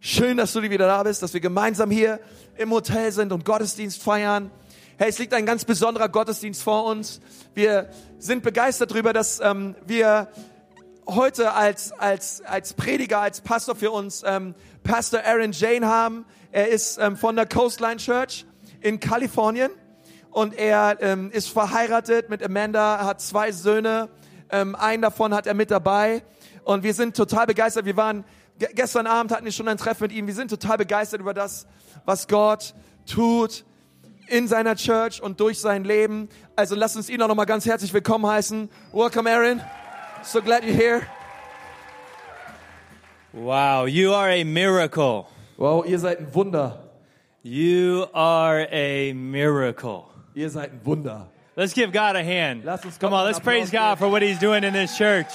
Schön, dass du wieder da bist, dass wir gemeinsam hier im Hotel sind und Gottesdienst feiern. Hey, es liegt ein ganz besonderer Gottesdienst vor uns. Wir sind begeistert darüber, dass ähm, wir heute als, als, als Prediger, als Pastor für uns ähm, Pastor Aaron Jane haben. Er ist ähm, von der Coastline Church in Kalifornien und er ähm, ist verheiratet mit Amanda, hat zwei Söhne. Ähm, einen davon hat er mit dabei und wir sind total begeistert. Wir waren ge- gestern Abend hatten wir schon ein Treffen mit ihm. Wir sind total begeistert über das, was Gott tut in seiner Church und durch sein Leben. Also lasst uns ihn auch nochmal ganz herzlich willkommen heißen. Welcome, Aaron. So glad you're here. Wow, you are a miracle. Wow, ihr seid ein Wunder. You are a miracle. Ihr seid ein Wunder. Let's give God a hand. Lass uns Come Gott on, einen let's Applaus praise God geben. for what He's doing in this church.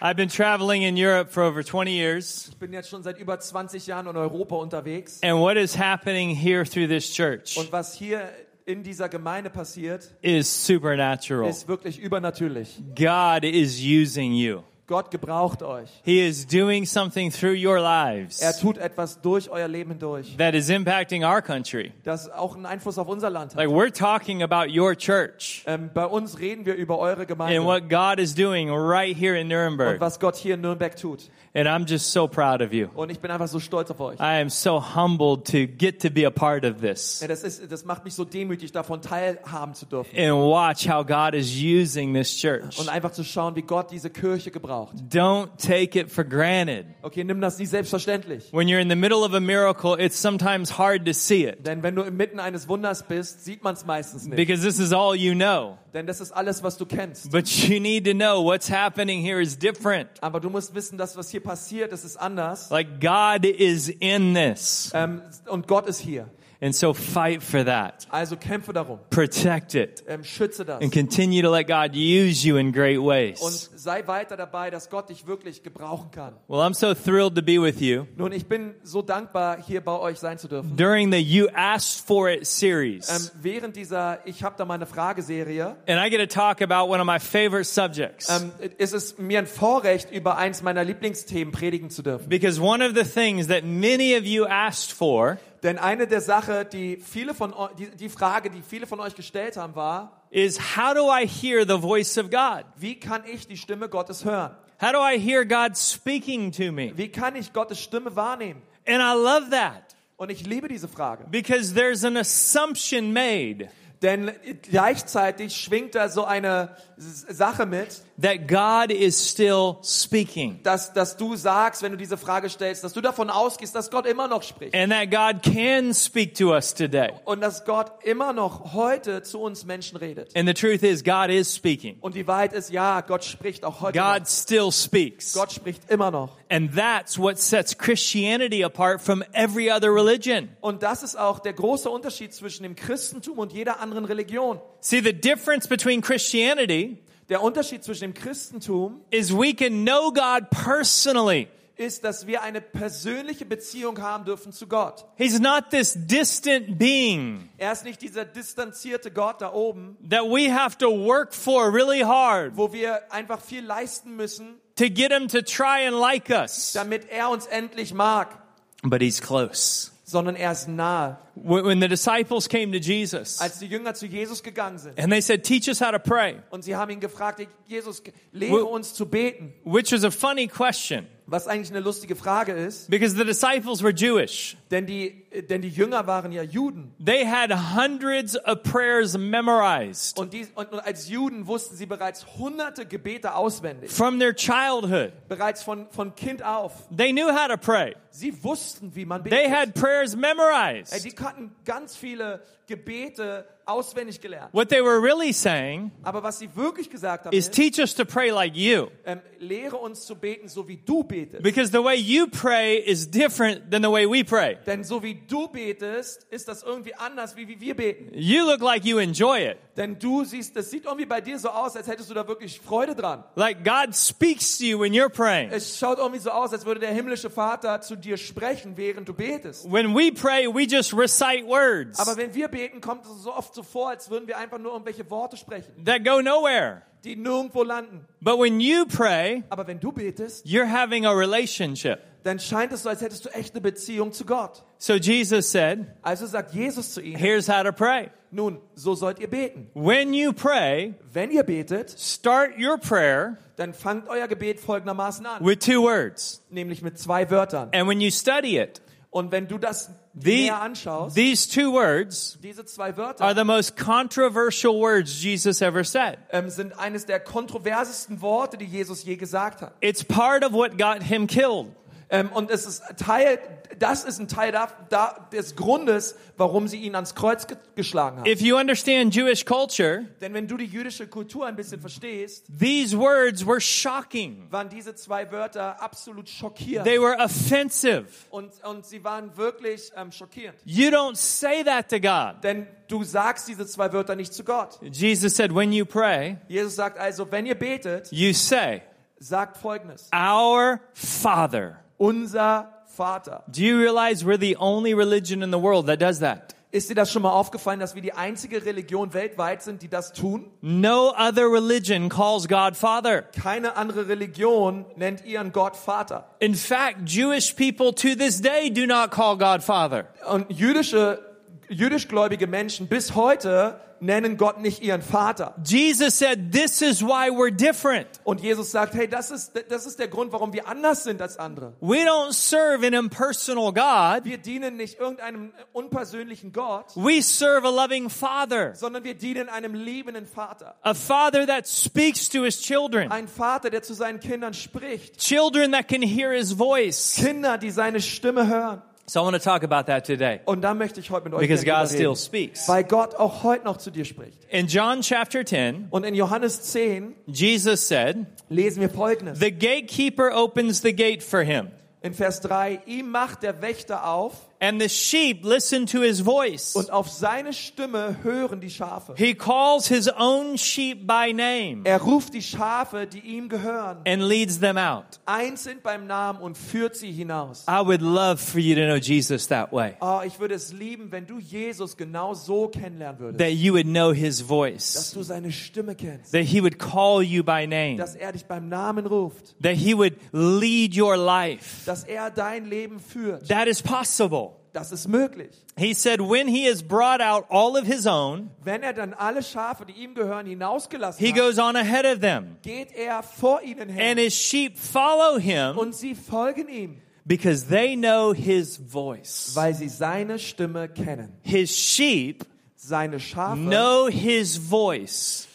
I've been traveling in Europe for over 20 years, Ich bin jetzt schon seit über 20 Jahren in Europa unterwegs and what is happening here through this church und was hier in dieser Gemeinde passiert, is supernatural. ist wirklich übernatürlich. God is using you, Gott gebraucht euch. He is doing something through your lives Er tut etwas durch euer Leben hindurch, that is impacting our country. das auch einen Einfluss auf unser Land hat. Like, we're talking about your church. Ähm, bei uns reden wir über eure Gemeinde and und what God is doing right here in Nuremberg. was Gott hier in Nürnberg tut. And I'm just so proud of you. Und ich bin einfach so stolz auf euch. I am so humbled to get to be a part of this Ja, das, ist, das macht mich so demütig, davon teilhaben zu dürfen. and watch how God is using this church. Und einfach zu schauen, wie Gott diese Kirche gebraucht. Don't take it for granted. Okay, nimm das nicht selbstverständlich. When you're in the middle of a miracle, it's sometimes hard to see it Denn wenn du inmitten eines Wunders bist, sieht man es meistens nicht. because this is all you know. Denn das ist alles, was du kennst. But you need to know what's happening here is different. Aber du musst wissen, dass was hier passiert, das ist anders. Like God is in this. Ähm, und Gott ist hier. And so fight for that. Also kämpfe darum. Protect it Ähm, schütze das. and continue to let God use you in great ways. Und sei weiter dabei, dass Gott dich wirklich gebrauchen kann. Well, I'm so thrilled to be with you Nun, ich bin so dankbar, hier bei euch sein zu dürfen. during the You Asked For It Ähm, series. während dieser Ich hab da mal eine Frage-Serie And I get to talk about one of my favorite subjects. ähm, ist es mir ein Vorrecht, über eins meiner Lieblingsthemen predigen zu dürfen. Because one of the things that many of you asked for Denn eine der Sache, die viele von eu- die, die Frage, die viele von euch gestellt haben, war, is how do I hear the voice of God? wie kann ich die Stimme Gottes hören? How do I hear God speaking to me? Wie kann ich Gottes Stimme wahrnehmen? And I love that Und ich liebe diese Frage. because there's an assumption made Denn gleichzeitig schwingt da so eine S- Sache mit, that God is still speaking dass, dass du sagst, wenn du diese Frage stellst, dass du davon ausgehst, dass Gott immer noch spricht. and that God can speak to us today. Und dass Gott immer noch heute zu uns Menschen redet. And the truth is, God is speaking. Und die Wahrheit ist, ja, Gott spricht auch heute God noch. still speaks. Gott spricht immer noch. And that's what sets Christianity apart from every other religion. Und das ist auch der große Unterschied zwischen dem Christentum und jeder anderen Religion. See, the difference between Christianity Der Unterschied zwischen dem Christentum is we can know God personally. ist, dass wir eine persönliche Beziehung haben dürfen zu Gott. He's not this distant being Er ist nicht dieser distanzierte Gott da oben, that we have to work for really hard wo wir einfach viel leisten müssen, to get him to try and like us. damit er uns endlich mag, But he's close. sondern er ist nahe. When when the disciples came to Jesus Als die Jünger zu Jesus gegangen sind and they said, Teach us how to pray, und sie haben ihn gefragt, Jesus, lehre uns zu beten, which is a funny question was eigentlich eine lustige Frage ist, because the disciples were Jewish. denn die, äh, denn die Jünger waren ja Juden. They had hundreds of prayers memorized Und, dies, und, und als Juden wussten sie bereits hunderte Gebete auswendig, from their childhood. bereits von, von Kind auf. They knew how to pray. Sie wussten, wie man They betet. had prayers Ey, memorized. Äh, die hatten ganz viele Gebete auswendig gelernt. What they were really saying Aber was sie wirklich gesagt haben, is ist, teach us to pray like you. ähm, lehre uns zu beten, so wie du betest. Because the way you pray is different than the way we pray. Denn so wie wie du betest, ist das irgendwie anders, wie, wie wir beten. You look like you enjoy it. Denn du siehst, das sieht irgendwie bei dir so aus, als hättest du da wirklich Freude dran. Like God speaks to you when you're praying. Es schaut irgendwie so aus, als würde der himmlische Vater zu dir sprechen, während du betest. When we pray, we just recite words Aber wenn wir beten, kommt es so oft so vor, als würden wir einfach nur irgendwelche Worte sprechen, that go nowhere. die nirgendwo landen. But when you pray, Aber wenn du betest, you're having a relationship. dann scheint es so, als hättest du echt eine Beziehung zu Gott. So Jesus said, Also sagt Jesus zu ihnen, here's how to pray. nun, so sollt ihr beten. When you pray, Wenn ihr betet, start your prayer dann fangt euer Gebet folgendermaßen an, with two words. nämlich mit zwei Wörtern. And when you study it, Und wenn du das the- näher anschaust, these two words diese zwei are Wörter the most controversial words Jesus ever said. ähm, sind eines der kontroversesten Worte, die Jesus je gesagt hat. It's part of what got him killed. Ähm, und es ist Teil, das ist ein Teil da, da, des Grundes, warum sie ihn ans Kreuz ge geschlagen haben. If you understand Jewish culture, Denn wenn du die jüdische Kultur ein bisschen verstehst, these words were shocking. waren diese zwei Wörter absolut schockierend. They were offensive. Und, und sie waren wirklich ähm, schockierend. You don't say that to God. Denn du sagst diese zwei Wörter nicht zu Gott. Jesus said, when you pray, Jesus sagt also, wenn ihr betet, you say, sagt folgendes. Our Father. Unser Vater. Do you realize we're the only religion in the world that does that? Ist dir das schon mal aufgefallen, dass wir die einzige Religion weltweit sind, die das tun? No other religion calls God Father. Keine andere Religion nennt ihren Gott Vater. In fact, Jewish people to this day do not call God Father. Und jüdische, jüdischgläubige Menschen bis heute nennen Gott nicht ihren Vater. Jesus said, This is why we're different. Und Jesus sagt, hey, das ist, das ist der Grund, warum wir anders sind als andere. We don't serve an impersonal God, Wir dienen nicht irgendeinem unpersönlichen Gott, we serve a loving Father, sondern wir dienen einem liebenden Vater. a Father that speaks to his children, Ein Vater, der zu seinen Kindern spricht. children that can hear his voice. Kinder, die seine Stimme hören. So I want to talk about that today Und da möchte ich heute mit euch because gerne God drüber reden, still speaks. weil Gott auch heute noch zu dir spricht. In John chapter 10, Und in Johannes 10 Jesus said, lesen wir folgendes. The gatekeeper opens the gate for him, In Vers 3, ihm macht der Wächter auf and the sheep listen to his voice. und auf seine Stimme hören die Schafe. He calls his own sheep by name Er ruft die Schafe, die ihm gehören, and leads them out. einzeln beim Namen und führt sie hinaus. I would love for you to know Jesus that way, Oh, ich würde es lieben, wenn du Jesus genau so kennenlernen würdest. that you would know his Dass voice, du seine Stimme kennst. that he would call you by name, Dass er dich beim Namen ruft. that he would lead your life. Dass er dein Leben führt. That is possible. Das ist möglich. He said, When he has brought out all of his own, Wenn er dann alle Schafe, die ihm gehören, hinausgelassen he hat, goes on ahead of them, geht er vor ihnen and her. his sheep follow him Und sie folgen ihm, because they know his voice. weil sie seine Stimme kennen. His sheep Seine Schafe know his voice.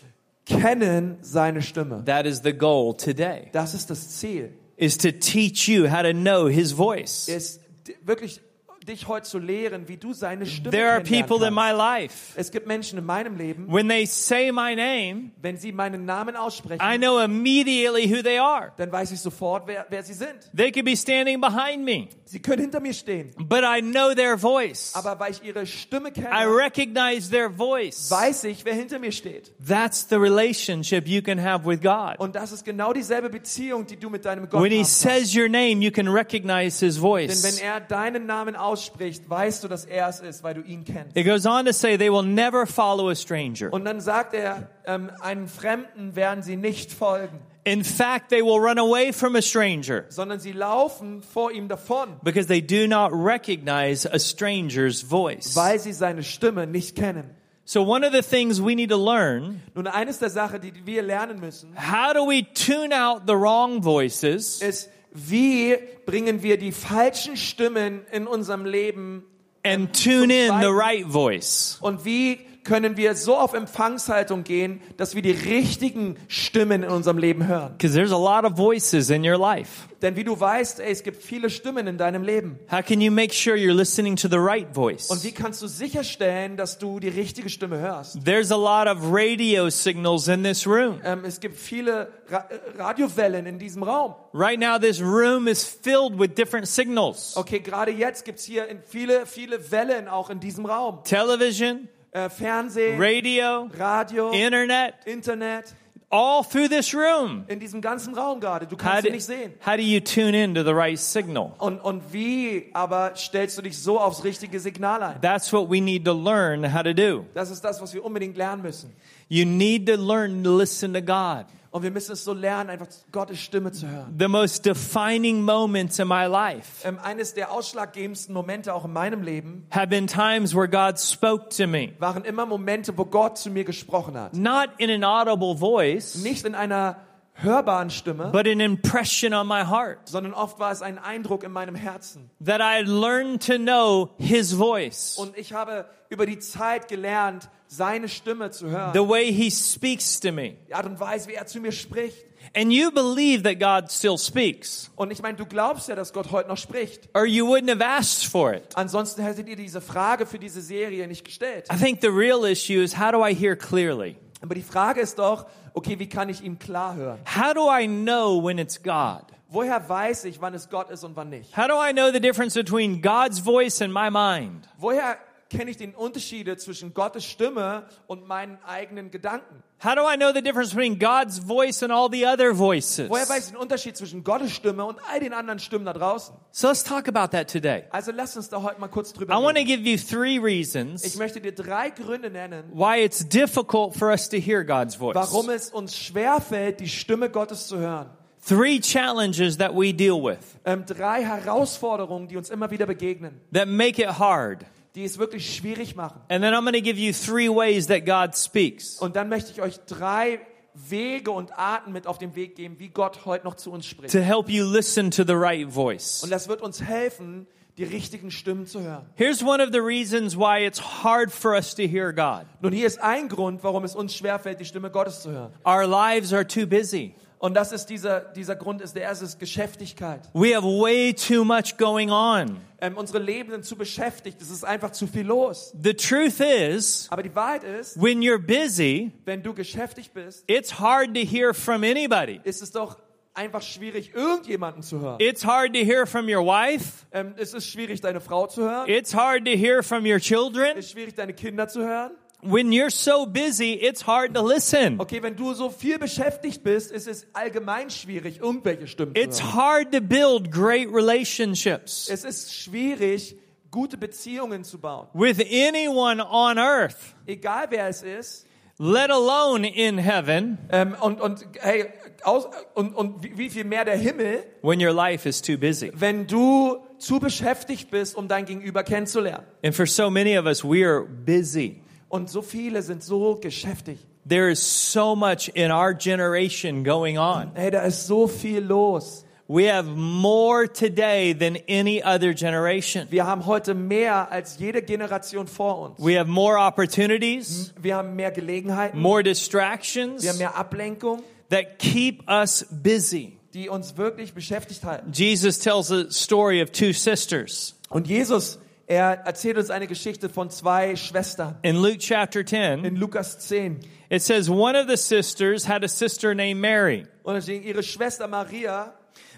kennen seine Stimme. That is the goal today. Das ist das Ziel. Is to teach you how to know his voice. Ist d- wirklich dich heute zu lehren, wie du seine Stimme There are kennenlernen people in kannst. my life Es gibt Menschen in meinem Leben, when they say my name, Wenn sie meinen Namen aussprechen, I know immediately who they are. dann weiß ich sofort, wer, wer sie sind. They could be standing behind me, Sie können hinter mir stehen, but I know their voice. aber weil ich ihre Stimme I kenne, recognize their voice. weiß ich, wer hinter mir steht. That's the relationship you can have with God. Und das ist genau dieselbe Beziehung, die du mit deinem Gott When he hast. says your name, you can recognize his Denn wenn voice. er deinen Namen ausspricht, weißt du, dass er es ist, weil du ihn kennst. It goes on to say they will never follow a stranger. Und dann sagt er, ähm, einem Fremden werden sie nicht folgen, In fact, they will run away from a stranger sondern sie laufen vor ihm davon, because they do not recognize a stranger's voice. weil sie seine Stimme nicht kennen. So one of the things we need to learn, Nun, eines der Sachen, die wir lernen müssen, how do we tune out the wrong voices ist, wie bringen wir die falschen Stimmen in unserem Leben and tune in the right voice? und wie können wir so auf Empfangshaltung gehen, dass wir die richtigen Stimmen in unserem Leben hören. Because there's a lot of voices in your life. Denn wie du weißt, ey, es gibt viele Stimmen in deinem Leben. How can you make sure you're listening to the right Und wie voice? kannst du sicherstellen, dass du die richtige Stimme hörst? There's a lot of radio signals in this room. Ähm, es gibt viele Ra äh, Radiowellen in diesem Raum. Right now, this room is filled with different signals Okay, gerade jetzt gibt's hier in viele, viele Wellen auch in diesem Raum. television, Äh, Fernsehen, radio, Radio, internet, Internet, all through this room. in diesem ganzen Raum gerade. Du How kannst do, sie nicht sehen. how do you tune in to the right signal? Und, und wie aber stellst du dich so aufs richtige Signal ein? That's what we need to learn how to do. Das ist das, was wir unbedingt lernen müssen. You need to learn to listen to God. Und wir müssen es so lernen, einfach Gottes Stimme zu hören. The most defining moments in my life Ähm, eines der ausschlaggebendsten Momente auch in meinem Leben have been times where God spoke to me, waren immer Momente, wo Gott zu mir gesprochen hat. not in an audible voice, Nicht in einer hörbaren Stimme, but an impression on my heart sondern oft war es ein Eindruck in meinem Herzen. that I had learned to know His voice. Und ich habe über die Zeit gelernt, seine Stimme zu hören. the way he speaks to me. Die Art und Weise, wie er zu mir spricht. And you believe that God still speaks, Und ich meine, du glaubst ja, dass Gott heute noch spricht. or you wouldn't have asked for it. Ansonsten hättet ihr diese Frage für diese Serie nicht gestellt. I think the real issue is how do I hear clearly? Aber die Frage ist doch, okay, wie kann ich ihm klar hören? How do I know when it's God? Woher weiß ich, wann es Gott ist und wann nicht? How do I know the difference between God's voice and my mind? Woher kenne ich den Unterschiede zwischen Gottes Stimme und meinen eigenen Gedanken? How do I know the difference between God's voice and all the other voices? Woher weiß ich den Unterschied zwischen Gottes Stimme und all den anderen Stimmen da draußen? So let's talk about that today. Also lasst uns da heute mal kurz drüber I want to reden. give you three Ich reasons möchte dir drei Gründe nennen, why it's difficult for us to hear God's warum voice. es uns schwerfällt, die Stimme Gottes zu hören. Three challenges that we deal with Ähm, drei Herausforderungen, die uns immer wieder begegnen, that make it hard. die es wirklich schwierig machen. And then I'm going to give you three ways that God speaks. Und dann möchte ich euch drei Wege und Arten mit auf den Weg geben, wie Gott heute noch zu uns spricht. to help you listen to the right voice. Und das wird uns helfen, die richtigen Stimmen zu hören. Here's one of the reasons why it's hard for us to hear God. Nun, hier ist ein Grund, warum es uns schwerfällt, die Stimme Gottes zu hören. Our lives are too busy. Und das ist dieser, dieser Grund ist, der erste ist Geschäftigkeit. We have way too much going on. Ähm, unsere Leben sind zu beschäftigt, es ist einfach zu viel los. The truth is, Aber die Wahrheit ist, when you're busy, wenn du geschäftigt bist, it's hard to hear from anybody. ist es doch einfach schwierig, irgendjemanden zu hören. It's hard to hear from your wife. Ähm, es ist schwierig, deine Frau zu hören. It's hard to hear from your children. Es ist schwierig, deine Kinder zu hören. When you're so busy, it's hard to listen. Okay, wenn du so viel beschäftigt bist, ist es allgemein schwierig, irgendwelche Stimmen It's zu hören. hard to build great relationships. Es ist schwierig, gute Beziehungen zu bauen. with anyone on earth, Egal wer es ist. let alone in heaven, Ähm, und, und, hey, aus, und, und wie, wie viel mehr der Himmel, when your life is too busy. wenn du zu beschäftigt bist, um dein Gegenüber kennenzulernen. And for so many of us, we are busy. Und so viele sind so geschäftig. There is so much in our generation going on. Hey, da ist so viel los. We have more today than any other generation. Wir haben heute mehr als jede Generation vor uns. We have more opportunities, Wir haben mehr Gelegenheiten, wir more haben distractions mehr Ablenkung, that keep us busy. die uns wirklich beschäftigt halten. Jesus tells a story of two sisters. Und Jesus, er erzählt uns eine Geschichte von zwei Schwestern In Luke chapter 10, in Lukas 10. it says one of the sisters had a sister named Mary. Und da steht, ihre Schwester Maria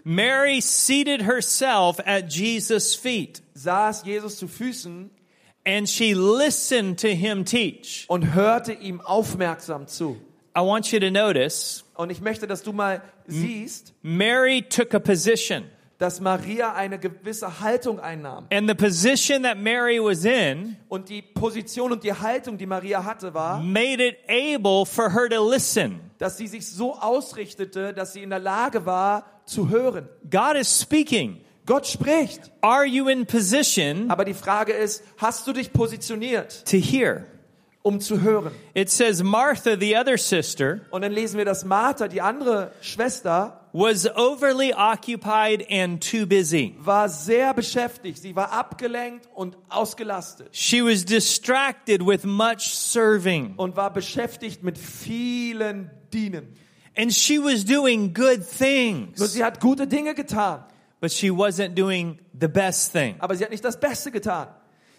Mary seated herself at Jesus' feet saß Jesus zu Füßen and she listened to him teach. und hörte ihm aufmerksam zu. I want you to notice Und ich möchte, dass du mal siehst, Mary took a position, dass Maria eine gewisse Haltung einnahm. and the position that Mary was in Und die Position und die Haltung, die Maria hatte, war, made it able for her to listen. dass sie sich so ausrichtete, dass sie in der Lage war, zu hören. God is speaking. Gott spricht. Are you in position Aber die Frage ist, hast du dich positioniert, to hear? um zu hören. It says Martha, the other sister, Und dann lesen wir, dass Martha, die andere Schwester, was overly occupied and too busy. war sehr beschäftigt. Sie war abgelenkt und ausgelastet She was distracted with much serving, und war beschäftigt mit vielen Dienen. and she was doing good Nur things, sie hat gute Dinge getan, but she wasn't doing the best thing. aber sie hat nicht das Beste getan.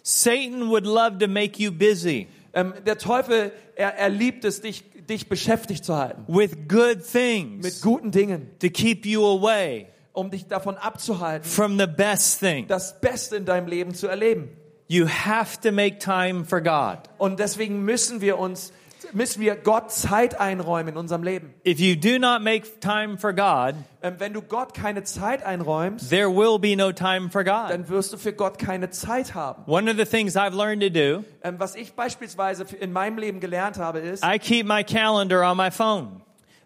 Satan would love to make you busy Ähm, der Teufel, er, er liebt es, dich, dich beschäftigt zu halten. with good Mit things guten Dingen, to keep you away um dich davon abzuhalten, from the best thing. das Beste in deinem Leben zu erleben. You have to make time for God. Und deswegen müssen wir uns, müssen wir Gott Zeit einräumen in unserem Leben. If you do not make time for God, Ähm, wenn du Gott keine Zeit einräumst, there will be no time for God. dann wirst du für Gott keine Zeit haben. One of the things I've learned to do, Ähm, was ich beispielsweise in meinem Leben gelernt habe, ist, I keep my calendar on my phone.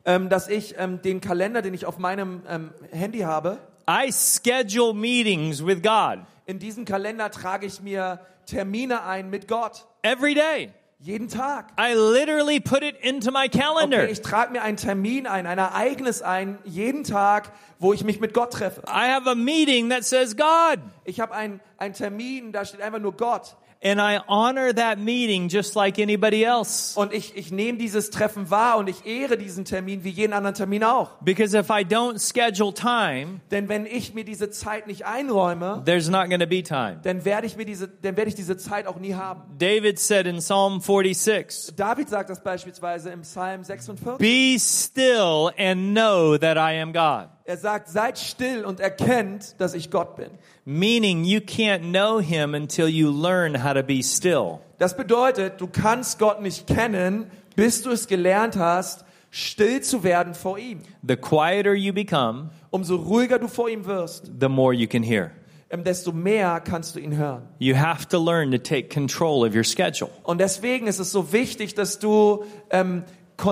ähm, dass ich ähm, den Kalender, den ich auf meinem ähm, Handy habe, I schedule meetings with God in diesem Kalender trage ich mir Termine ein mit Gott. every day. Jeden Tag. I literally put it into my Okay, calendar. ich trage mir einen Termin ein, ein Ereignis ein, jeden Tag, wo ich mich mit Gott treffe. I have a meeting that says God, Ich habe einen, einen Termin, da steht einfach nur Gott. and I honor that meeting just like anybody else. Und ich, ich nehme dieses Treffen wahr und ich ehre diesen Termin wie jeden anderen Termin auch. Because if I don't schedule time, Denn wenn ich mir diese Zeit nicht einräume, there's not going to be time. dann werde ich mir diese, dann werde ich diese Zeit auch nie haben. David said in Psalm 46, David sagt das beispielsweise im Psalm 46. Be still and know that I am God. Er sagt, seid still und erkennt, dass ich Gott bin. Meaning you can't know him until you learn how to be still. Das bedeutet, du kannst Gott nicht kennen, bis du es gelernt hast, still zu werden vor ihm. The quieter you become, Umso ruhiger du vor ihm wirst, the more you can hear. ähm, desto mehr kannst du ihn hören. You have to learn to take control of your schedule. Und deswegen ist es so wichtig, dass du ähm,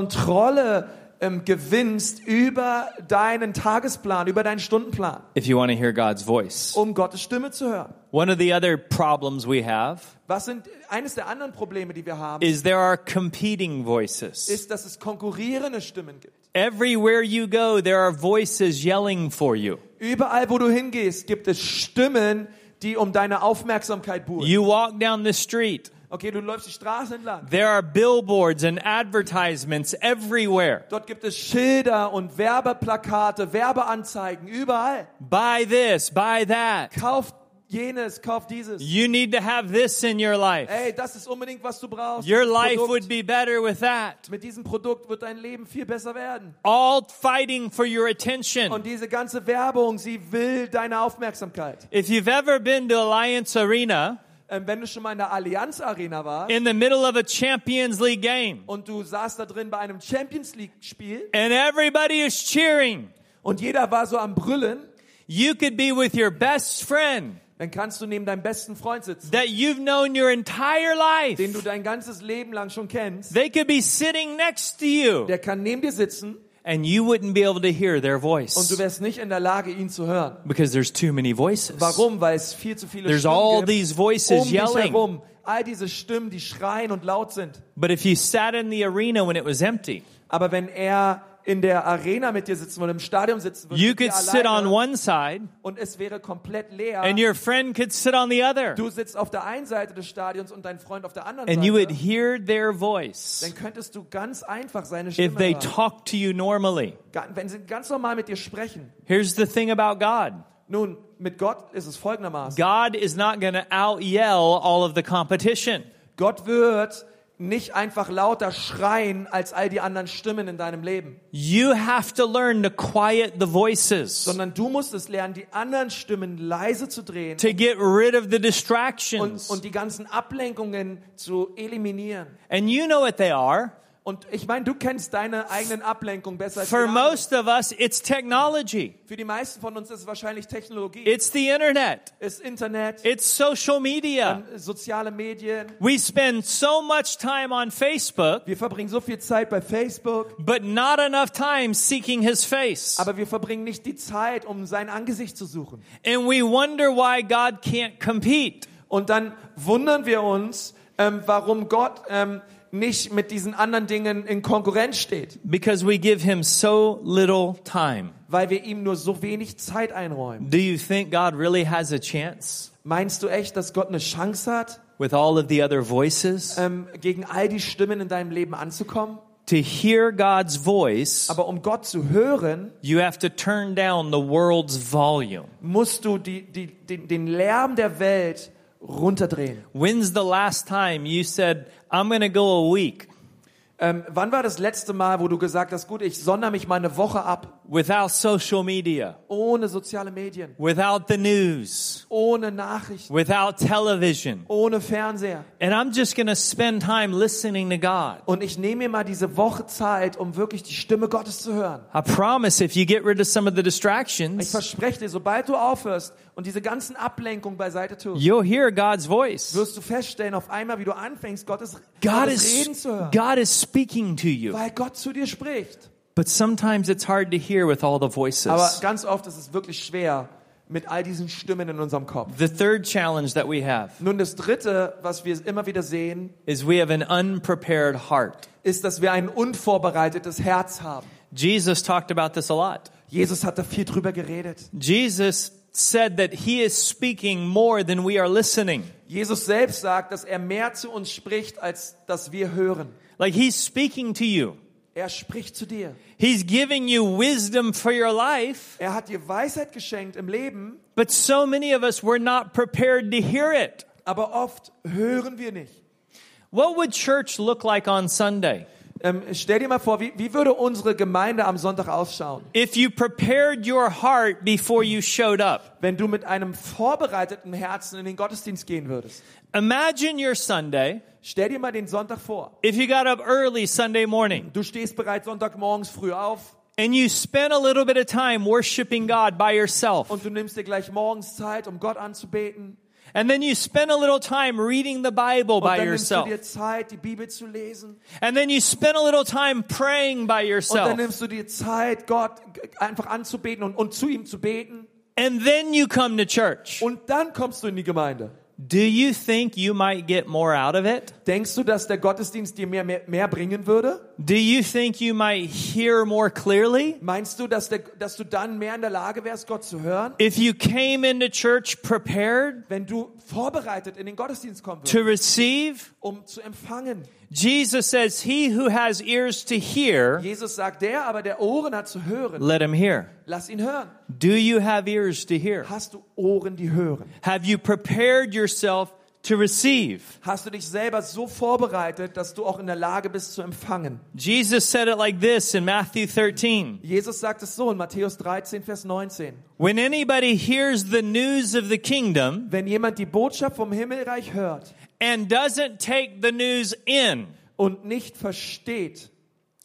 Kontrolle ähm, gewinnst über deinen Tagesplan, über deinen Stundenplan, if you want to hear God's voice. um Gottes Stimme zu hören. One of the other problems we have Was sind eines der anderen Probleme, die wir haben, is there are competing voices. ist, dass es konkurrierende Stimmen gibt. Everywhere you go, there are voices yelling for you. Überall, wo du hingehst, gibt es Stimmen, die um deine Aufmerksamkeit buhlen. You walk down the street, Okay, du läufst die Straße entlang. there are billboards and advertisements everywhere. Dort gibt es Schilder und Werbeplakate, Werbeanzeigen, überall. Buy this, buy that. Kauf jenes, kauf dieses. You need to have this in your life. Ey, das ist unbedingt, was du brauchst. Your Dieses life Produkt. would be better with that. Mit diesem Produkt wird dein Leben viel besser werden. All fighting for your attention. Und diese ganze Werbung, sie will deine Aufmerksamkeit. If you've ever been to Alliance Arena, Ähm, wenn du schon mal in der Allianz Arena warst in the middle of a Champions League game, und du saßt da drin bei einem Champions League Spiel and everybody is cheering. und jeder war so am Brüllen, You could be with your best friend dann kannst du neben deinem besten Freund sitzen, that you've known your entire den du life. dein ganzes Leben lang schon kennst. They could be sitting next to you Der kann neben dir sitzen and you wouldn't be able to hear their und du voice wärst nicht in der Lage, ihn zu hören. because there's too many voices. Warum? Weil es viel zu viele There's Stimmen all gibt these um voices dich yelling. herum. All diese Stimmen, die schreien und laut sind. But if you sat in the arena when it was empty, Aber wenn er in der Arena mit dir sitzen würde, im Stadion sitzen würde, you mit dir could sit on alleine one side und es wäre komplett leer, and your friend could sit on the other du sitzt auf der einen Seite des Stadions und dein Freund auf der anderen and you would Seite, hear their voice dann könntest du ganz einfach seine if Stimme they hören. talked to you normally. Ga- Wenn sie ganz normal mit dir sprechen. Here's the thing about God. Nun, mit Gott ist es folgendermaßen. God is not going to out yell all of the competition. Gott wird nicht einfach lauter schreien als all die anderen Stimmen in deinem Leben, You have to learn to quiet the voices, sondern du musst es lernen, die anderen Stimmen leise zu drehen to get rid of the und, distractions. und die ganzen Ablenkungen zu eliminieren. And you know what they are. Und ich meine, du kennst deine eigenen Ablenkungen besser als For die anderen. most of us, it's technology, Für die meisten von uns ist es wahrscheinlich Technologie, it's the internet, ist Internet, it's social media. ähm, soziale Medien. We spend so much time on Facebook, Wir verbringen so viel Zeit bei Facebook, but not enough time seeking his face. aber wir verbringen nicht die Zeit, um sein Angesicht zu suchen. And we wonder why God can't compete. Und dann wundern wir uns, ähm, warum Gott ähm, nicht mit diesen anderen Dingen in Konkurrenz steht, because we give him so little time. weil wir ihm nur so wenig Zeit einräumen. Do you think God really has a chance Meinst du echt, dass Gott eine Chance hat, with all of the other voices ähm, gegen all die Stimmen in deinem Leben anzukommen? to hear God's voice? Aber um Gott zu hören, You have to turn down the world's volume. musst du die, die, den, den Lärm der Welt runterdrehen. When's the last time you said, I'm going to go a week Ähm, wann war das letzte Mal, wo du gesagt hast, gut, ich sonder mich mal eine Woche ab, without social media, ohne soziale Medien, without the news, ohne Nachrichten, without television? ohne Fernseher? And I'm just going to spend time listening to God. Und ich nehme mir mal diese Woche Zeit, um wirklich die Stimme Gottes zu hören. I promise if you get rid of some of the Ich distractions, verspreche dir, sobald du aufhörst und diese ganzen Ablenkungen beiseite tust, you'll hear God's voice. wirst du feststellen, auf einmal, wie du anfängst, Gottes, God Gottes Reden is zu hören. God is speaking to you, Weil Gott zu dir spricht. but sometimes it's hard to hear with all the Aber voices. ganz oft ist es wirklich schwer mit all diesen Stimmen in unserem Kopf. The third challenge that we have Nun, das Dritte, was wir immer wieder sehen, is we have an unprepared heart. ist, dass wir ein unvorbereitetes Herz haben. Jesus talked about this a lot. Jesus hat da viel drüber geredet. Jesus said that he is speaking more than we are listening. Jesus selbst sagt, dass er mehr zu uns spricht, als dass wir hören. Like he's speaking to you. Er spricht zu dir. He's giving you wisdom for your life, Er hat dir Weisheit geschenkt im Leben, but so many of us were not prepared to hear it. aber oft hören wir nicht. What would church look like on Sunday Ähm, stell dir mal vor, wie, wie würde unsere Gemeinde am Sonntag ausschauen, if you prepared your heart before you showed up? wenn du mit einem vorbereiteten Herzen in den Gottesdienst gehen würdest? Imagine your Sunday Stell dir mal den Sonntag vor. if you got up early Sunday morning Du stehst bereits Sonntagmorgens früh auf and you spent a little bit of time worshiping God by yourself. und du nimmst dir gleich morgens Zeit, um Gott anzubeten. And then you spend a little time reading the Bible Und by dann nimmst du yourself. dir Zeit, die Bibel zu lesen. And then you spend a little time praying by Und dann yourself. nimmst du dir Zeit, Gott g- einfach anzubeten und, und zu ihm zu beten. And then you come to church. Und dann kommst du in die Gemeinde. Do you think you might get more out of it? Denkst du, dass der Gottesdienst dir mehr, mehr, mehr bringen würde? Do you think you might hear more clearly? Meinst du, dass, der, dass du dann mehr in der Lage wärst, Gott zu hören? If you came into church prepared Wenn du vorbereitet in den Gottesdienst kommen würdest, to receive, um zu empfangen. Jesus says, He who has ears to hear, Jesus sagt, der aber, der Ohren hat zu hören, let him hear. lass ihn hören. Do you have ears to hear? Hast du Ohren, die hören? Have you prepared yourself to receive? Hast du dich selber so vorbereitet, dass du auch in der Lage bist zu empfangen? Jesus said it like this in Matthew 13. Jesus sagt es so in Matthäus 13, Vers 19. When anybody hears the news of the kingdom Wenn jemand die Botschaft vom Himmelreich hört and doesn't take the news in, und nicht versteht,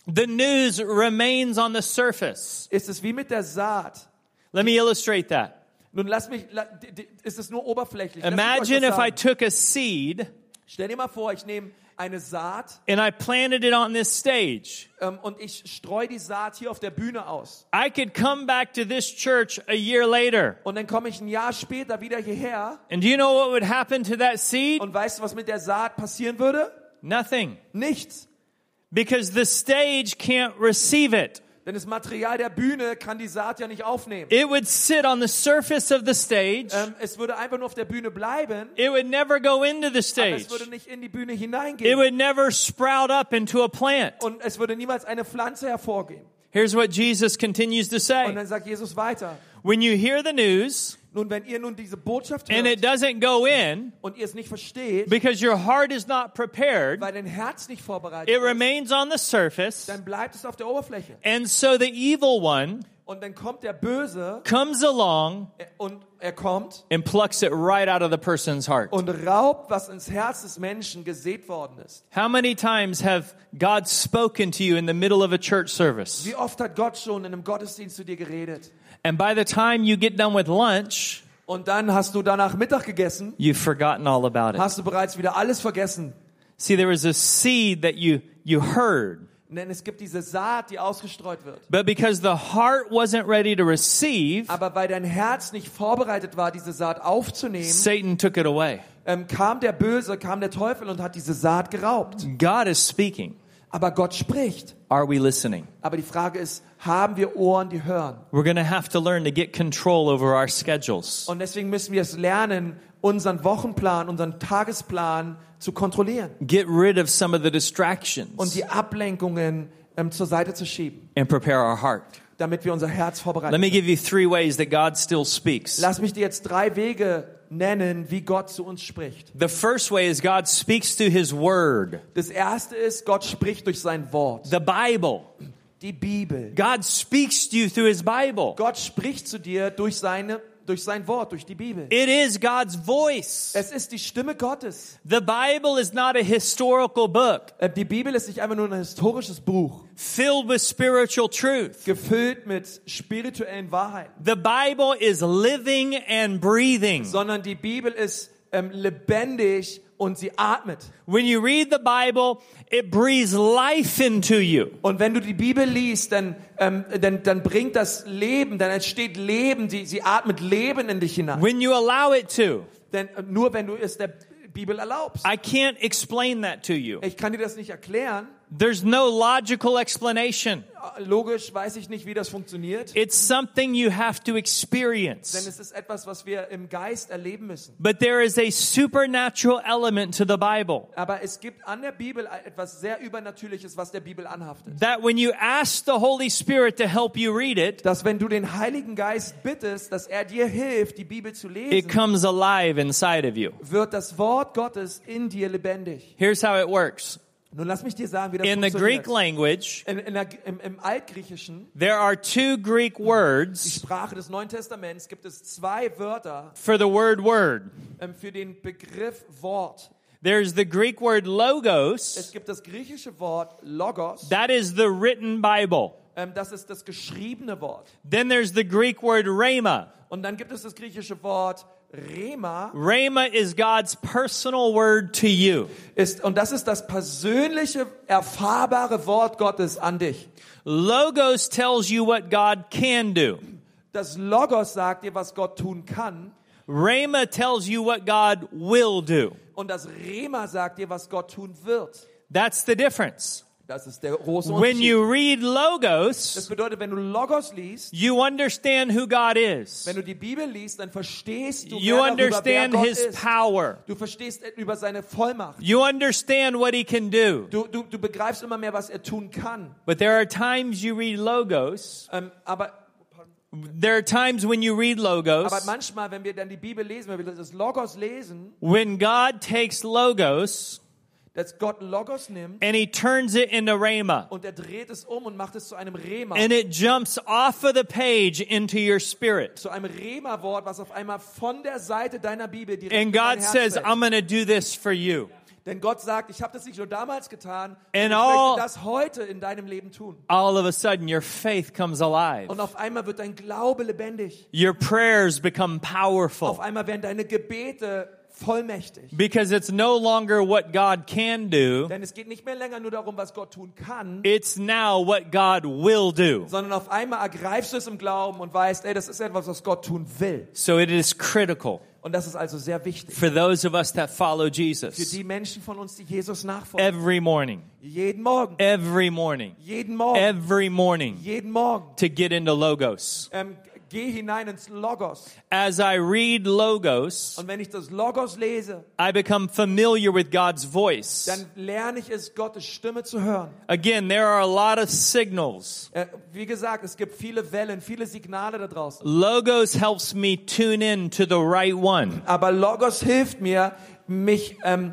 the news remains on the surface. ist es wie mit der Saat. Let me illustrate that. Nun lass mich, la- di- di- ist es nur oberflächlich. Lass mich euch das Imagine if I sagen. took a seed Stell dir mal vor, ich nehme eine Saat and I planted it on this stage. ähm, und ich streue die Saat hier auf der Bühne aus. I could come back to this church a year later. Und dann komme ich ein Jahr später wieder hierher And do you know what would happen to that seed? und weißt du, was mit der Saat passieren würde? Nothing. Nichts. Because the stage can't receive it. Denn das Material der Bühne kann die Saat ja nicht aufnehmen. It would sit on the surface of the stage. Ähm, es würde einfach nur auf der Bühne bleiben, It would never go into the aber stage. es würde nicht in die Bühne It hineingehen would never sprout up into a plant. und es würde niemals eine Pflanze hervorgehen. Here's what Jesus continues to Und say. dann sagt Jesus weiter. When you hear the news Nun, wenn ihr nun diese Botschaft and it hört doesn't go in und ihr es nicht versteht, because your heart is not prepared, weil dein Herz nicht vorbereitet it ist, remains on the surface. dann bleibt es auf der Oberfläche. And so the evil one Und dann kommt der Böse comes along äh, und er kommt and plucks it right out of the person's heart. und raubt, was ins Herz des Menschen gesät worden ist. How many times have God spoken to you in the middle of a church service? Wie oft hat Gott schon in einem Gottesdienst zu dir geredet? And by the time you get done with lunch, Und dann hast du danach Mittag gegessen, you've forgotten all about it. hast du bereits wieder alles vergessen. See, there was a seed that you, you heard. Denn es gibt diese Saat, die ausgestreut wird. But because the heart wasn't ready to receive, Aber weil dein Herz nicht vorbereitet war, diese Saat aufzunehmen, Satan took it away. ähm, kam der Böse, kam der Teufel und hat diese Saat geraubt. God is speaking. Aber Gott spricht. Are we listening? Aber die Frage ist, haben wir Ohren, die hören? We're going to have to learn to get control over our schedules. Und deswegen müssen wir es lernen, unseren Wochenplan, unseren Tagesplan zu kontrollieren Get rid of some of the und distractions die Ablenkungen ähm, zur Seite zu schieben, and prepare our heart. damit wir unser Herz vorbereiten. Let me give you three ways that God still speaks. Lass mich dir jetzt drei Wege nennen, wie Gott zu uns spricht. The first way is God speaks through his word, Das erste ist, Gott spricht durch sein Wort, the Bible. die Bibel. God speaks to you through his Bible. Gott spricht zu dir durch seine durch sein Wort, durch die Bibel. It is God's voice. Es ist die Stimme Gottes. The Bible is not a historical book Äh, Die Bibel ist nicht einfach nur ein historisches Buch, filled with spiritual truth. gefüllt mit spirituellen Wahrheiten, The Bible is living and breathing. sondern die Bibel ist ähm, lebendig und sie atmet. When you read the Bible, it breathes life into you. Und wenn du die Bibel liest, dann, ähm, dann, dann bringt das Leben, dann entsteht Leben, die, sie atmet Leben in dich hinein. When you allow it to. Denn äh, nur wenn du es der Bibel erlaubst. I can't explain that to you. Ich kann dir das nicht erklären. There's no logical explanation. Äh, Logisch weiß ich nicht, wie das funktioniert. It's something you have to Denn experience. es ist etwas, was wir im Geist erleben müssen. But there is a supernatural element to the Bible Aber es gibt an der Bibel etwas sehr Übernatürliches, was der Bibel anhaftet. that when you ask the Holy Spirit to help you read it, Dass wenn du den Heiligen Geist bittest, dass er dir hilft, die Bibel zu it lesen, comes alive inside of you. wird das Wort Gottes in dir lebendig. Here's how it works. Nun lass mich dir sagen, wie das In the Greek funktioniert. language, In, in der, im, Im Altgriechischen, there are two Greek words Sprache des Neuen Testaments, gibt es zwei Wörter for the word word. ähm, für den Begriff Wort. There's the Greek word Es logos, gibt das griechische Wort Logos, that is the written Bible. ähm, das ist das geschriebene Wort. Then there's the Greek word rhema. Und dann gibt es das griechische Wort Rema, Rhema is God's personal word to you. ist, und das ist das persönliche, erfahrbare Wort Gottes an dich. Logos tells you what God can do. Das Logos sagt dir, was Gott tun kann, Rhema tells you what God will do. und das Rema sagt dir, was Gott tun wird. That's the difference. Das ist der große When Unterschied. you read Das logos, bedeutet, wenn du Logos liest, you understand who God is. wenn du die Bibel liest, dann verstehst du, You mehr darüber, wer understand Gott his ist. power. Du verstehst über seine Vollmacht. You understand what he can do. Du, du, du begreifst immer mehr, was er tun kann. But there are times you read logos. Ähm, aber, There are times when you read aber logos manchmal, wenn wir dann die Bibel lesen, wenn wir das Logos lesen, when God takes logos dass Gott Logos nimmt and he turns it into rhema. und er dreht es um und macht es zu einem Rema. And it jumps off of the page into your spirit. zu einem Rema-Wort, was auf einmal von der Seite deiner Bibel direkt in And dein God Herz says, fällt. I'm going to do this for you. Denn Gott sagt, ich habe das nicht nur damals getan, And ich all- möchte das heute in deinem Leben tun. All of a sudden, your faith comes alive. Und auf einmal wird dein Glaube lebendig. Your prayers become Auf powerful einmal werden deine Gebete vollmächtig. because it's no longer what God can do, Denn es geht nicht mehr länger nur darum, was Gott tun kann, it's now what God will do. sondern auf einmal ergreifst du es im Glauben und weißt, ey, das ist etwas, was Gott tun will. So it is critical Und das ist also sehr wichtig. for those of us that follow Für Jesus die Menschen von uns, die Jesus nachfolgen. every morning, Jeden Morgen. every morning, Jeden Morgen. every morning jeden Morgen. to get into Logos. Ähm, geh hinein ins Logos. As I read Logos, Und wenn ich das Logos lese, I become familiar with God's voice. dann lerne ich es, Gottes Stimme zu hören. Again, there are a lot of signals. Äh, wie gesagt, es gibt viele Wellen, viele Signale da draußen. Logos helps me tune in to the right one. Aber Logos hilft mir, mich ähm,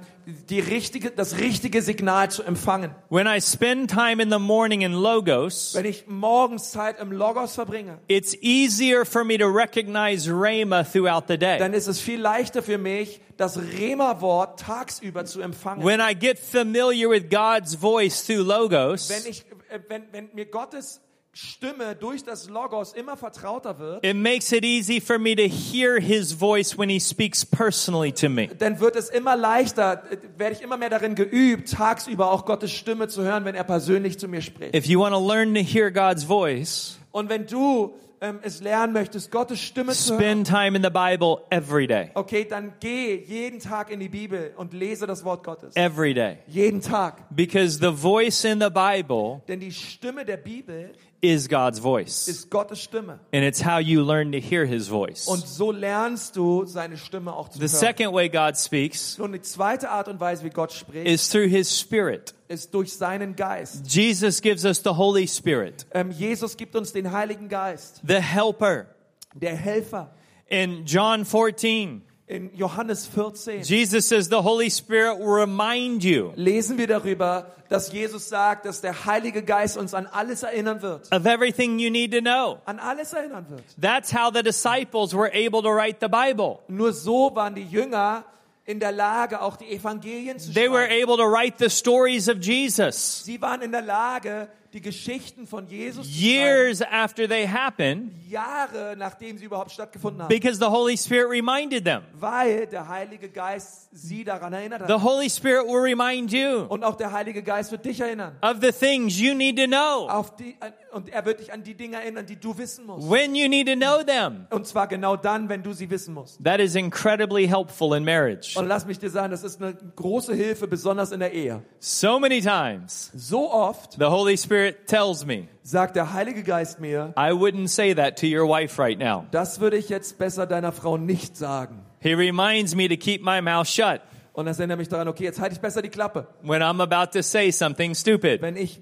die richtige, das richtige Signal zu empfangen. When I spend time in the morning in Logos, Wenn ich morgens Zeit im Logos verbringe, it's easier for me to recognize Rhema throughout the day. dann ist es viel leichter für mich, das Rema-Wort tagsüber zu empfangen. When I get familiar with God's voice through wenn Logos, ich, äh, wenn, wenn mir Gottes Stimme durch das Logos immer vertrauter wird, It makes it easy for me to hear his voice when he speaks personally to me. dann wird es immer leichter, äh, werde ich immer mehr darin geübt, tagsüber auch Gottes Stimme zu hören, wenn er persönlich zu mir spricht. If you want to learn to hear God's voice, Und wenn du ähm, es lernen möchtest, Gottes Stimme zu hören, spend time in the Bible every day. okay, dann geh jeden Tag in die Bibel und lese das Wort Gottes. Every day. Jeden Tag. Because the voice in the Bible Denn die Stimme der Bibel is God's voice. ist Gottes Stimme. And it's how you learn to hear his voice. Und so lernst du, seine Stimme auch zu The hören. second way God speaks Nun, die zweite Art und Weise, wie Gott spricht, is through his spirit. ist durch seinen Geist. Jesus gives us the Holy Spirit, Ähm, Jesus gibt uns den Heiligen Geist, the helper. der Helfer. In John 14, In Johannes 14 Jesus says the Holy Spirit will remind you lesen wir darüber, dass Jesus sagt, dass der Heilige Geist uns an alles erinnern wird. of everything you need to know. An alles erinnern wird. That's how the disciples were able to write the Bible. Nur so waren die Jünger in der Lage, auch die Evangelien zu They were schreiben. able to write the stories of Jesus. Sie waren in der Lage, die Geschichten von Jesus zu schreiben, Years after they happen, Jahre nachdem sie überhaupt stattgefunden haben, because the Holy Spirit reminded them. weil der Heilige Geist sie daran erinnert The hat. Holy Spirit will remind you Und auch der Heilige Geist wird dich erinnern. of the things you need to know, Auf die, an- und er wird dich an die Dinge erinnern, die du wissen musst. when you need to know them. Und zwar genau dann, wenn du sie wissen musst. That is incredibly helpful in marriage. Und lass mich dir sagen, das ist eine große Hilfe, besonders in der Ehe. So many times, So oft the Holy Spirit tells me, sagt der Heilige Geist mir, I wouldn't say that to your wife right now. das würde ich jetzt besser deiner Frau nicht sagen. He reminds me to keep my mouth shut Und das erinnert mich daran, okay, jetzt halte ich besser die Klappe, when I'm about to say something stupid. wenn ich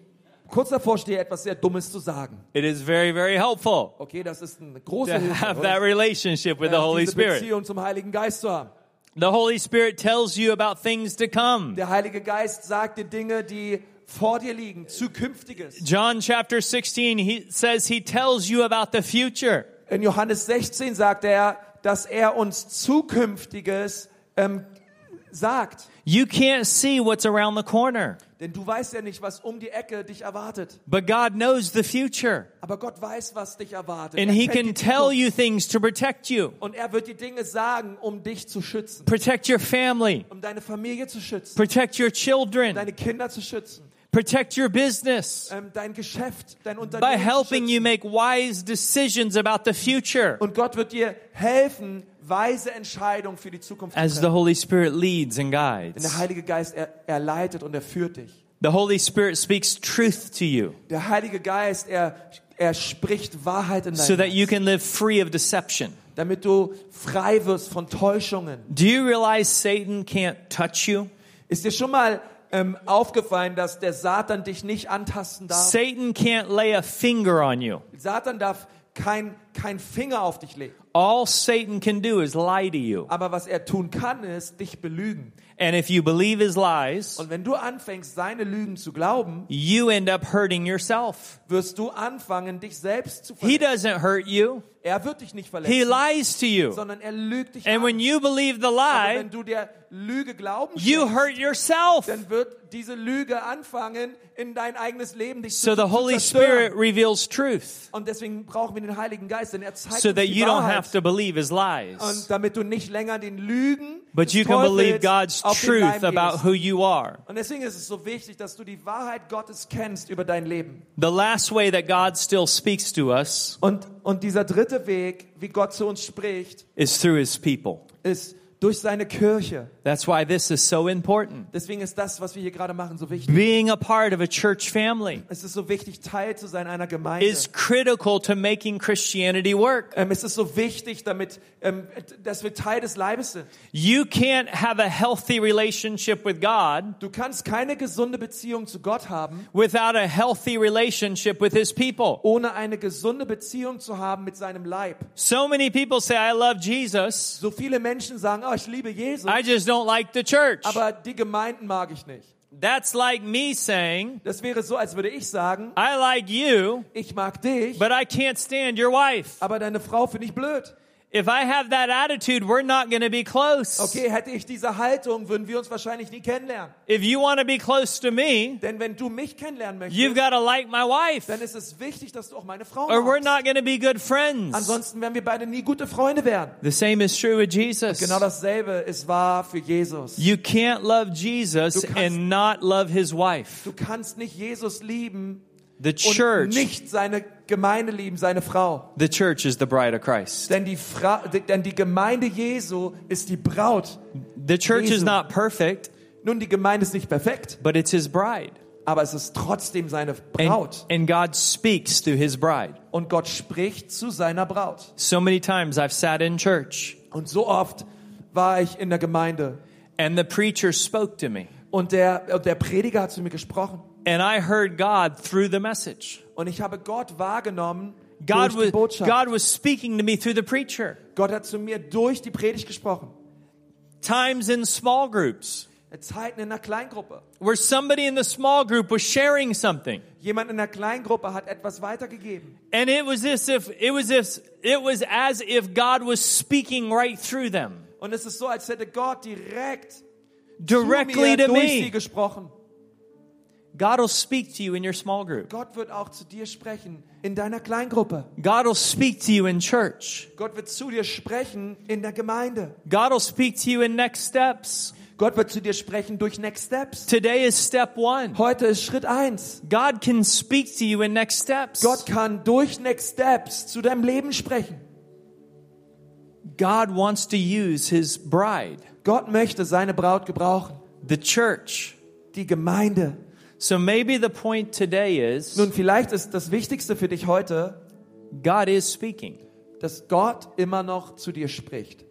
kurz davor stehe, etwas sehr Dummes zu sagen. It is very, very helpful Okay, das ist eine große to Hilfe, have oder? that relationship with the Holy diese Spirit. Beziehung zum Heiligen Geist zu haben. The Holy Spirit tells you about things to come. Der Heilige Geist sagt dir Dinge, die vor dir liegen, zukünftiges. John chapter 16, he says he tells you about the future. In Johannes 16 sagt er, dass er uns zukünftiges ähm, sagt, You can't see what's around the corner, denn du weißt ja nicht, was um die Ecke dich erwartet. but God knows the future. Aber Gott weiß, was dich erwartet. And Er he kennt die can tell Zukunft. you things to protect you, und er wird die Dinge sagen, um dich zu schützen, protect your family, um deine Familie zu schützen. protect your children, deine Kinder zu schützen, protect your business ähm, dein Geschäft, dein by Unternehmen zu schützen. helping you make wise decisions about the future Und Gott wird dir helfen, weise Entscheidungen für die Zukunft as zu the treffen. Holy Spirit leads Denn and der guides. Heilige Geist, er, er leitet und er führt dich. The Holy Spirit speaks truth to you Der Heilige Geist, er, er spricht Wahrheit in dein so that you Herz, can live free of deception. damit du frei wirst von Täuschungen. Do you realize Satan can't touch you? Ist dir schon mal ähm, aufgefallen, dass der Satan dich nicht antasten darf? Satan can't lay a finger on you. Satan darf kein, kein Finger auf dich legen. All Satan can do is lie to you. Aber was er tun kann, ist dich belügen. And if you believe his lies, Und wenn du anfängst, seine Lügen zu glauben, you end up hurting yourself. wirst du anfangen, dich selbst zu He verletzen. doesn't hurt you. Er wird dich nicht He verletzen, lies to you. sondern er lügt dich And an. when you believe the Aber lie, wenn du der Lüge glauben you schenkst, hurt yourself. dann wird diese Lüge anfangen, in dein eigenes Leben dich So zu, the Holy zu zerstören. Spirit reveals truth Und deswegen brauchen wir den Heiligen Geist, denn er zeigt so uns that die you don't Wahrheit. have to believe his lies. Und damit du nicht länger den Lügen But des you can believe Teufels God's auf den Leim truth gehst. about who you are. Und deswegen ist es so wichtig, dass du die Wahrheit Gottes kennst über dein Leben. The last way that God still speaks to us Und, und dieser dritte Weg, wie Gott zu uns spricht, is through his people. ist durch seine Kirche. That's why this is so important. Deswegen ist das, was wir hier gerade machen, so wichtig. Being a part of a church family Es ist so wichtig, Teil zu sein einer Gemeinde. is critical to making Christianity work. ähm, es ist so wichtig, damit, ähm, dass wir Teil des Leibes sind. You can't have a healthy relationship with God Du kannst keine gesunde Beziehung zu Gott haben, without a healthy relationship with his people. ohne eine gesunde Beziehung zu haben mit seinem Leib. So many people say, I love Jesus. So viele Menschen sagen, oh, ich liebe Jesus, I just don't like the church. aber die Gemeinden mag ich nicht. That's like me saying, Das wäre so, als würde ich sagen, I like you, ich mag dich, but I can't stand your wife. aber deine Frau finde ich blöd. If I have that attitude, we're not going to be close. Okay, hätte ich diese Haltung, würden wir uns wahrscheinlich nie kennenlernen. If you want to be close to me, Denn wenn du mich kennenlernen you've möchtest, got to like my wife, dann ist es wichtig, dass du auch meine Frau or we're magst. not going to be good friends. Ansonsten wären wir beide nie gute Freunde werden. The same is true with Jesus. Genau dasselbe ist wahr für Jesus. You can't love Jesus Du kannst- and not love his wife. Du kannst nicht Jesus lieben The und church, nicht seine Gemeinde lieben, seine Frau. the church is the bride of Christ. Denn die, Fra denn die Gemeinde Jesu ist die Braut. The church is Jesu. not perfect, Nun, die Gemeinde ist nicht perfekt, but it's his bride. aber es ist trotzdem seine And, Braut. and God speaks through his bride. Und Gott spricht zu seiner Braut. So many times I've sat in church Und so oft war ich in der Gemeinde and the preacher spoke to me und der, und der Prediger hat zu mir gesprochen. and I heard God through the message. Und ich habe Gott wahrgenommen God durch die was, Botschaft. God was speaking to me through the preacher. Gott hat zu mir durch die Predigt gesprochen. Times in small groups Zeiten in einer Kleingruppe. where somebody in the small group was sharing something. Jemand in der Kleingruppe hat etwas weitergegeben. And it was as if it was as it was as if God was speaking right through them, Und es ist so, als hätte Gott direkt directly zu mir to durch sie me. gesprochen. God will speak to you in your small group. Gott wird auch zu dir sprechen in deiner Kleingruppe. God will speak to you in church. Gott wird zu dir sprechen in der Gemeinde. God will speak to you in next steps. Gott wird zu dir sprechen durch Next Steps. Today is step 1. Heute ist Schritt eins. God can speak to you in next steps. Gott kann durch Next Steps zu deinem Leben sprechen. God wants to use his bride, Gott möchte seine Braut gebrauchen. the church. Die Gemeinde. So maybe the point today is Nun, vielleicht ist das Wichtigste für dich heute, God is speaking, dass Gott immer noch zu dir spricht.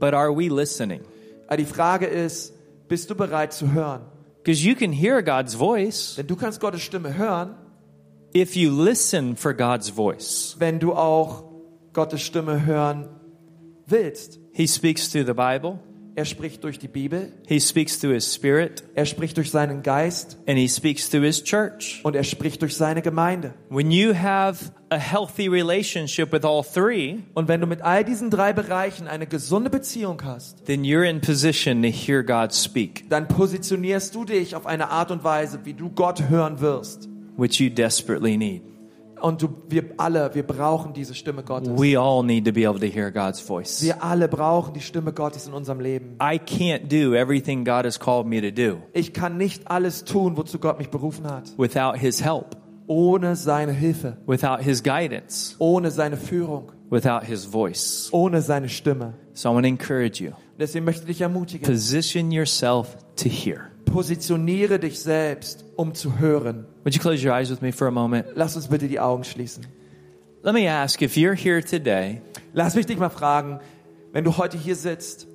but are we listening? Aber die Frage ist, bist du bereit zu hören? Because you can hear God's voice Denn du kannst Gottes Stimme hören, if you listen for God's voice. wenn du auch Gottes Stimme hören willst. He speaks through the Bible, Er spricht durch die Bibel, He speaks through His Spirit, er spricht durch seinen Geist and He speaks through His church. und er spricht durch seine Gemeinde. When you have a healthy relationship with all three, Und wenn du mit all diesen drei Bereichen eine gesunde Beziehung hast, then you're in position to hear God speak, dann positionierst du dich auf eine Art und Weise, wie du Gott hören wirst. which you desperately need. Und du, wir alle, wir brauchen diese Stimme Gottes. We all need to be able to hear God's voice. Wir alle brauchen die Stimme Gottes in unserem Leben. I can't do everything God has called me to do Ich kann nicht alles tun, wozu Gott mich berufen hat, without His help, ohne seine Hilfe, without His guidance, ohne seine Führung, without His voice. ohne seine Stimme. So I want to encourage you Und deswegen möchte ich dich ermutigen, position yourself to hear. positioniere dich selbst, um zu hören. Would you close your eyes with me for a moment? Lass uns bitte die Augen schließen. Let me ask if you're here today Lass mich dich mal fragen, wenn du heute hier sitzt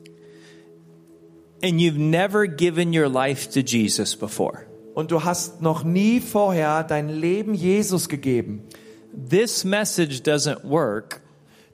and you've never given your life to Jesus before, und du hast noch nie vorher dein Leben Jesus gegeben, this message doesn't work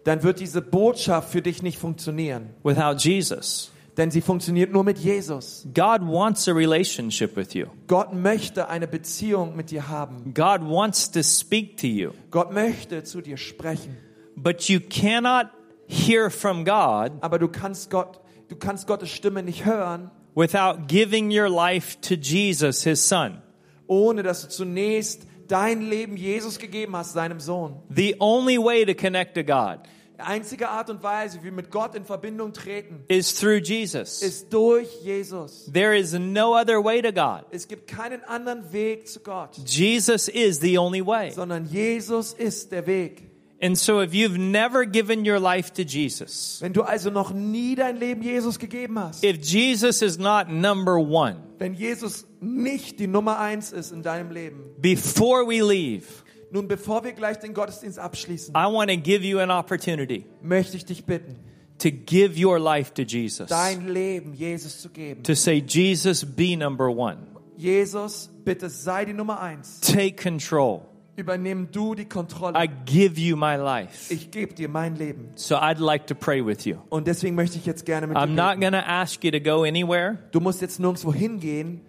dann wird diese Botschaft für dich nicht funktionieren, without Jesus. denn sie funktioniert nur mit Jesus. God wants a relationship with you, Gott möchte eine Beziehung mit dir haben. God wants to speak to you, Gott möchte zu dir sprechen. but you cannot hear from God aber du kannst Gott, du kannst Gottes Stimme nicht hören, without giving your life to Jesus, his son. ohne dass du zunächst dein Leben Jesus gegeben hast, seinem Sohn. The only way to connect to God Die einzige Art und Weise, wie wir mit Gott in Verbindung treten, is through Jesus. ist durch Jesus. There is no other way to God. Es gibt keinen anderen Weg zu Gott, Jesus is the only way. sondern Jesus ist der Weg. And so if you've never given your life to Jesus, Wenn du also noch nie dein Leben Jesus gegeben hast, if Jesus is not number one, wenn Jesus nicht die Nummer eins ist in deinem Leben, before we leave, nun bevor wir gleich den Gottesdienst abschließen, I want to give you an opportunity möchte ich dich bitten, to give your life to Jesus. dein Leben Jesus zu geben. To say, Jesus, be number one. Jesus, bitte sei die Nummer eins. Take control. Übernimm du die Kontrolle. I give you my life. Ich gebe dir mein Leben. So I'd like to pray with you. Und deswegen möchte ich jetzt gerne mit dir I'm not beten. going to ask you to go anywhere. Du musst jetzt nirgendwo hingehen.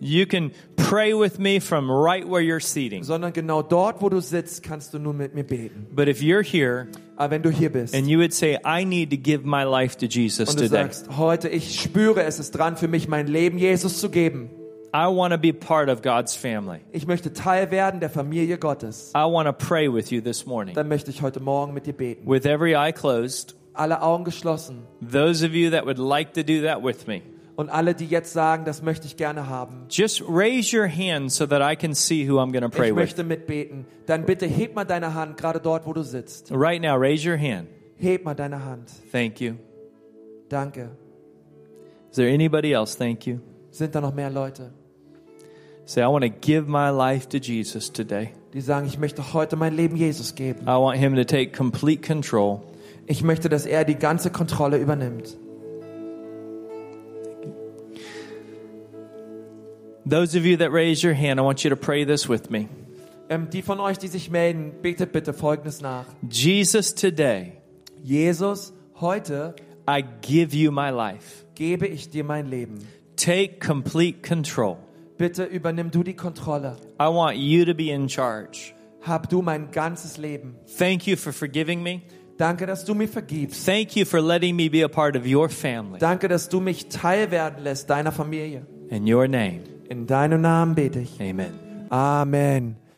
You can pray with me from right where you're seating. sondern genau dort, wo du sitzt, kannst du nun mit mir beten. But if you're here Aber wenn du hier bist and you would say, I need to give my life to Jesus und du today, sagst, heute, ich spüre, es ist dran für mich, mein Leben Jesus zu geben. I want to be part of God's family. Ich möchte Teil werden der Familie Gottes. I want to pray with you this morning. Dann möchte ich heute Morgen mit dir beten. With every eye closed, Alle Augen geschlossen those of you that would like to do that with me, und alle, die jetzt sagen, das möchte ich gerne haben. just raise your hand so that I can see who I'm going to pray Ich with. möchte mitbeten. Dann bitte heb mal deine Hand, gerade dort, wo du sitzt. Right now, raise your hand. Heb mal deine Hand. Thank you. Danke. Is there anybody else? Thank you. Sind da noch mehr Leute, Say, I want to give my life to Jesus today. die sagen, ich möchte heute mein Leben Jesus geben. I want him to take complete control. Ich möchte, dass er die ganze Kontrolle übernimmt. Those of you that raise your hand, I want you to pray this with me. Ähm, die von euch, die sich melden, betet bitte Folgendes nach. Jesus, today, Jesus, heute I give you my life. gebe ich dir mein Leben. Take complete control. Bitte übernimm du die Kontrolle. I want you to be in charge. Hab du mein ganzes Leben. Thank you for forgiving me. Danke, dass du mir vergibst. Thank you for letting me be a part of your family. Danke, dass du mich teil werden lässt deiner Familie. In your name, In deinem Namen bete ich. amen. Amen.